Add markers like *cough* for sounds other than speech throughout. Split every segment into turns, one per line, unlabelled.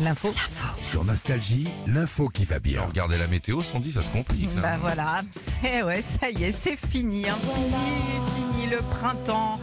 L'info.
Sur Nostalgie, l'info qui va bien.
Alors, regardez la météo, Sandy, ça se complique. là.
Bah voilà. Et ouais, ça y est, c'est fini. hein. Fini, fini le printemps.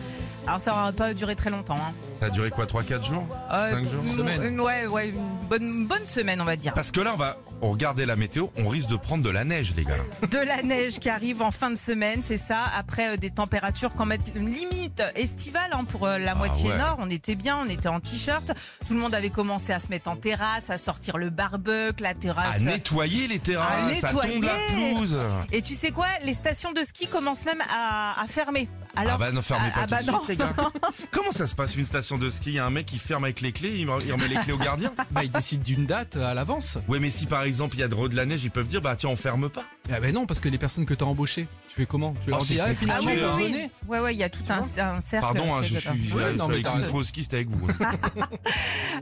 Alors ça va pas durer très longtemps. hein.
Ça a duré quoi 3-4 jours
Euh,
Cinq jours
une-
Semaine.
une- ouais, ouais, une bonne, bonne semaine, on va
*laughs*
dire.
Parce que là, on va on regarder la météo, on risque de prendre de la neige, les gars.
De la neige qui arrive en fin de semaine, c'est ça. Après euh, des températures quand même limite estivales hein, pour euh, la moitié
Ah, ouais.
nord. On était bien, on était en t-shirt. Tout le monde avait commencé à se mettre en terrasse, à sortir le barbecue, la terrasse.
À nettoyer les terrains,
Ah, à
ça tombe la
nettoyer.
pelouse.
Et tu sais quoi Les stations de ski commencent même à, à fermer.
ah bah non, fermez
ah,
pas
ah
tout
bah
de suite,
non.
les
*laughs*
gars. Comment ça se passe une station de ski Il y a un mec qui ferme avec les clés, il re- il remet les clés au gardien
Bah, ils décident d'une date à l'avance.
Ouais, mais si par exemple il y a de re- de la neige, ils peuvent dire bah tiens, on ferme pas.
Ah, bah non, parce que les personnes que t'as embauchées, tu fais comment Tu leur
Oh,
dis,
c'est
ah,
compliqué,
Ah
finalement,
oui,
J'ai
vous
hein.
oui,
abonnez.
oui. Ouais, ouais, il y a tout un, un cercle.
Pardon, hein, je
C'est-
suis
Ouais, non, mais
avec
t'as
une
raison.
fausse ski, c'était avec vous. hein.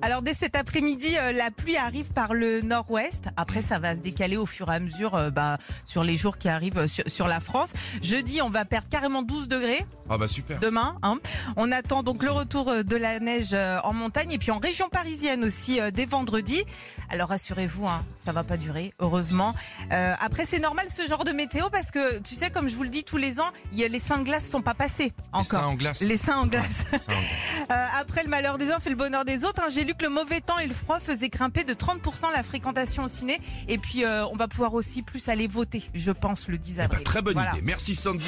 Alors dès cet après-midi, euh, la pluie arrive par le nord-ouest. Après, ça va se décaler au fur et à mesure euh, bah, sur les jours qui arrivent euh, sur, sur la France. Jeudi, on va perdre carrément 12 degrés
Ah bah super.
demain. hein. On attend donc le retour euh, de la neige euh, en montagne et puis en région parisienne aussi euh, dès vendredi. Alors rassurez-vous, hein, ça va pas durer, heureusement. Euh, après, c'est normal ce genre de météo parce que tu sais, comme je vous le dis tous les ans, il y a- les seins de glace sont pas passés
Et ça
encore.
en glace.
Les seins en glace.
Ça, en glace. Eh
Euh, après le malheur des uns fait le bonheur des autres. hein. J'ai lu que le mauvais temps et le froid faisaient grimper de 30% la fréquentation au ciné. Et puis euh, on va pouvoir aussi plus aller voter, je pense, le 10
Eh
avril.
ben, très bonne
Voilà.
idée. Merci Sandy.